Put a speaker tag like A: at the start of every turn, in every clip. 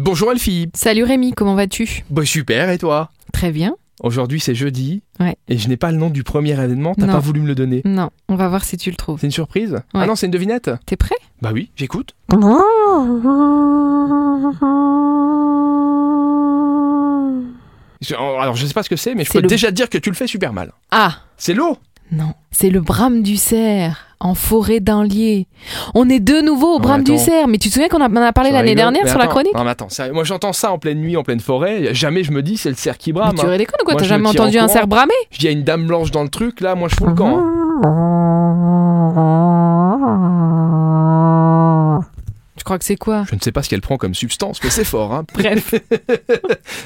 A: Bonjour Elfie.
B: Salut Rémi, comment vas-tu
A: Bah super, et toi
B: Très bien.
A: Aujourd'hui c'est jeudi.
B: Ouais.
A: Et je n'ai pas le nom du premier événement, t'as
B: Non.
A: pas voulu me le donner.
B: Non, on va voir si tu le trouves.
A: C'est une surprise Ah
B: Ouais.
A: non, c'est Ah une devinette
B: T'es prêt
A: Bah oui, j'écoute. Je- Alors je sais pas ce que c'est, mais je
B: C'est
A: peux
B: le-
A: déjà te dire que tu le fais super mal.
B: Ah
A: C'est l'eau
B: Non, c'est le brame du cerf en forêt d'Anlier. On est de nouveau au
A: Non,
B: brame
A: mais
B: du
A: attends.
B: cerf, mais tu te souviens qu'on en a parlé
A: Je
B: l'année
A: rigole,
B: dernière
A: mais
B: sur la
A: attends.
B: chronique
A: Non mais attends, sérieux, moi j'entends ça en pleine nuit, en pleine forêt, jamais je me dis c'est le cerf qui
B: Mais
A: brame.
B: tu
A: hein.
B: déconnes ou quoi
A: Moi,
B: T'as
A: je me
B: jamais
A: tire en
B: entendu un
A: courant.
B: cerf bramer
A: Je dis il y a une dame blanche dans le truc, là moi je fous le camp. hein.
B: Je crois que c'est quoi
A: Je ne sais pas ce qu'elle prend comme substance, mais c'est fort. Hein.
B: Bref,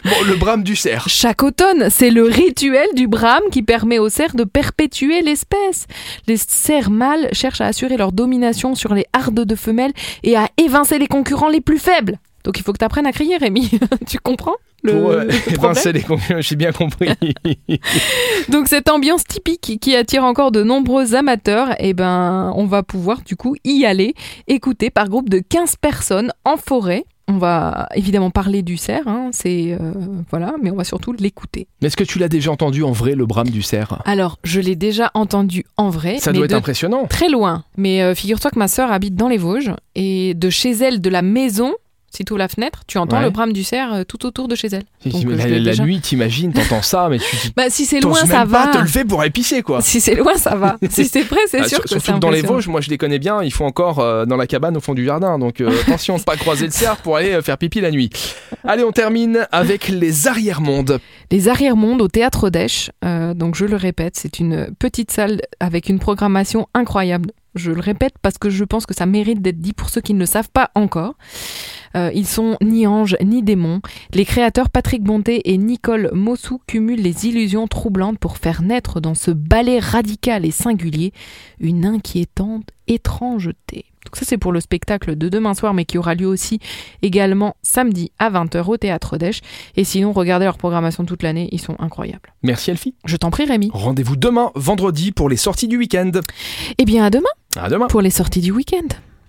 A: Bon, le brame du cerf.
B: chaque automne, c'est le rituel du brame qui permet aux cerfs de perpétuer l'espèce. Les cerfs mâles cherchent à assurer leur domination sur les hardes de femelles et à évincer les concurrents les plus faibles. Donc il faut que tu apprennes à crier, Rémi. tu comprends le-
A: Pour euh,
B: le problème
A: évincer les concurrents, j'ai bien compris.
B: Donc cette ambiance typique qui attire encore de nombreux amateurs, eh ben on va pouvoir du coup y aller, écouter par groupe de 15 personnes en forêt. On va évidemment parler du cerf, hein, c'est euh, voilà, mais on va surtout l'écouter.
A: mais est-ce que tu l'as déjà entendu en vrai, le brame du cerf
B: Alors je l'ai déjà entendu en vrai,
A: Ça
B: Eh, mais
A: doit être
B: de
A: impressionnant.
B: très loin. Mais euh, figure-toi que ma sœur habite dans les Vosges et de chez elle, de la maison, si tu ouvres la fenêtre, tu entends
A: Ouais.
B: le brame du cerf euh, tout autour de chez elle. Donc, euh,
A: la
B: je l'ai
A: la
B: déjà.
A: nuit, t'imagines, t'entends ça, mais tu
B: Bah si c'est
A: t'oses
B: loin,
A: même
B: ça
A: pas
B: va.
A: te lever pour épicer, quoi.
B: Si c'est loin, ça va. si c'est près, c'est
A: Ah,
B: sûr
A: sur-
B: que
A: surtout
B: c'est
A: que dans les
B: impressionnant.
A: Vosges, moi je les connais bien, ils font encore euh, dans la cabane au fond du jardin. Donc euh, attention de pas croiser le cerf pour aller euh, faire pipi la nuit. Allez, on termine avec les arrière-mondes.
B: Les arrière-mondes au théâtre d'Esch. Euh, donc, je le répète, c'est une petite salle avec une programmation incroyable. Je le répète parce que je pense que ça mérite d'être dit pour ceux qui ne le savent pas encore. Euh, ils sont ni anges ni démons. Les créateurs Patrick Bonté et Nicole Mossou cumulent les illusions troublantes pour faire naître dans ce ballet radical et singulier une inquiétante étrangeté. Donc ça c'est pour le spectacle de demain soir mais qui aura lieu aussi également samedi à 20h au théâtre d'Esch. Et sinon, regardez leur programmation toute l'année, ils sont incroyables.
A: Merci Elfie.
B: Je t'en prie, Rémi.
A: Rendez-vous demain, vendredi, pour les sorties du week-end.
B: Eh bien, à demain
A: À demain.
B: pour les sorties du week-end.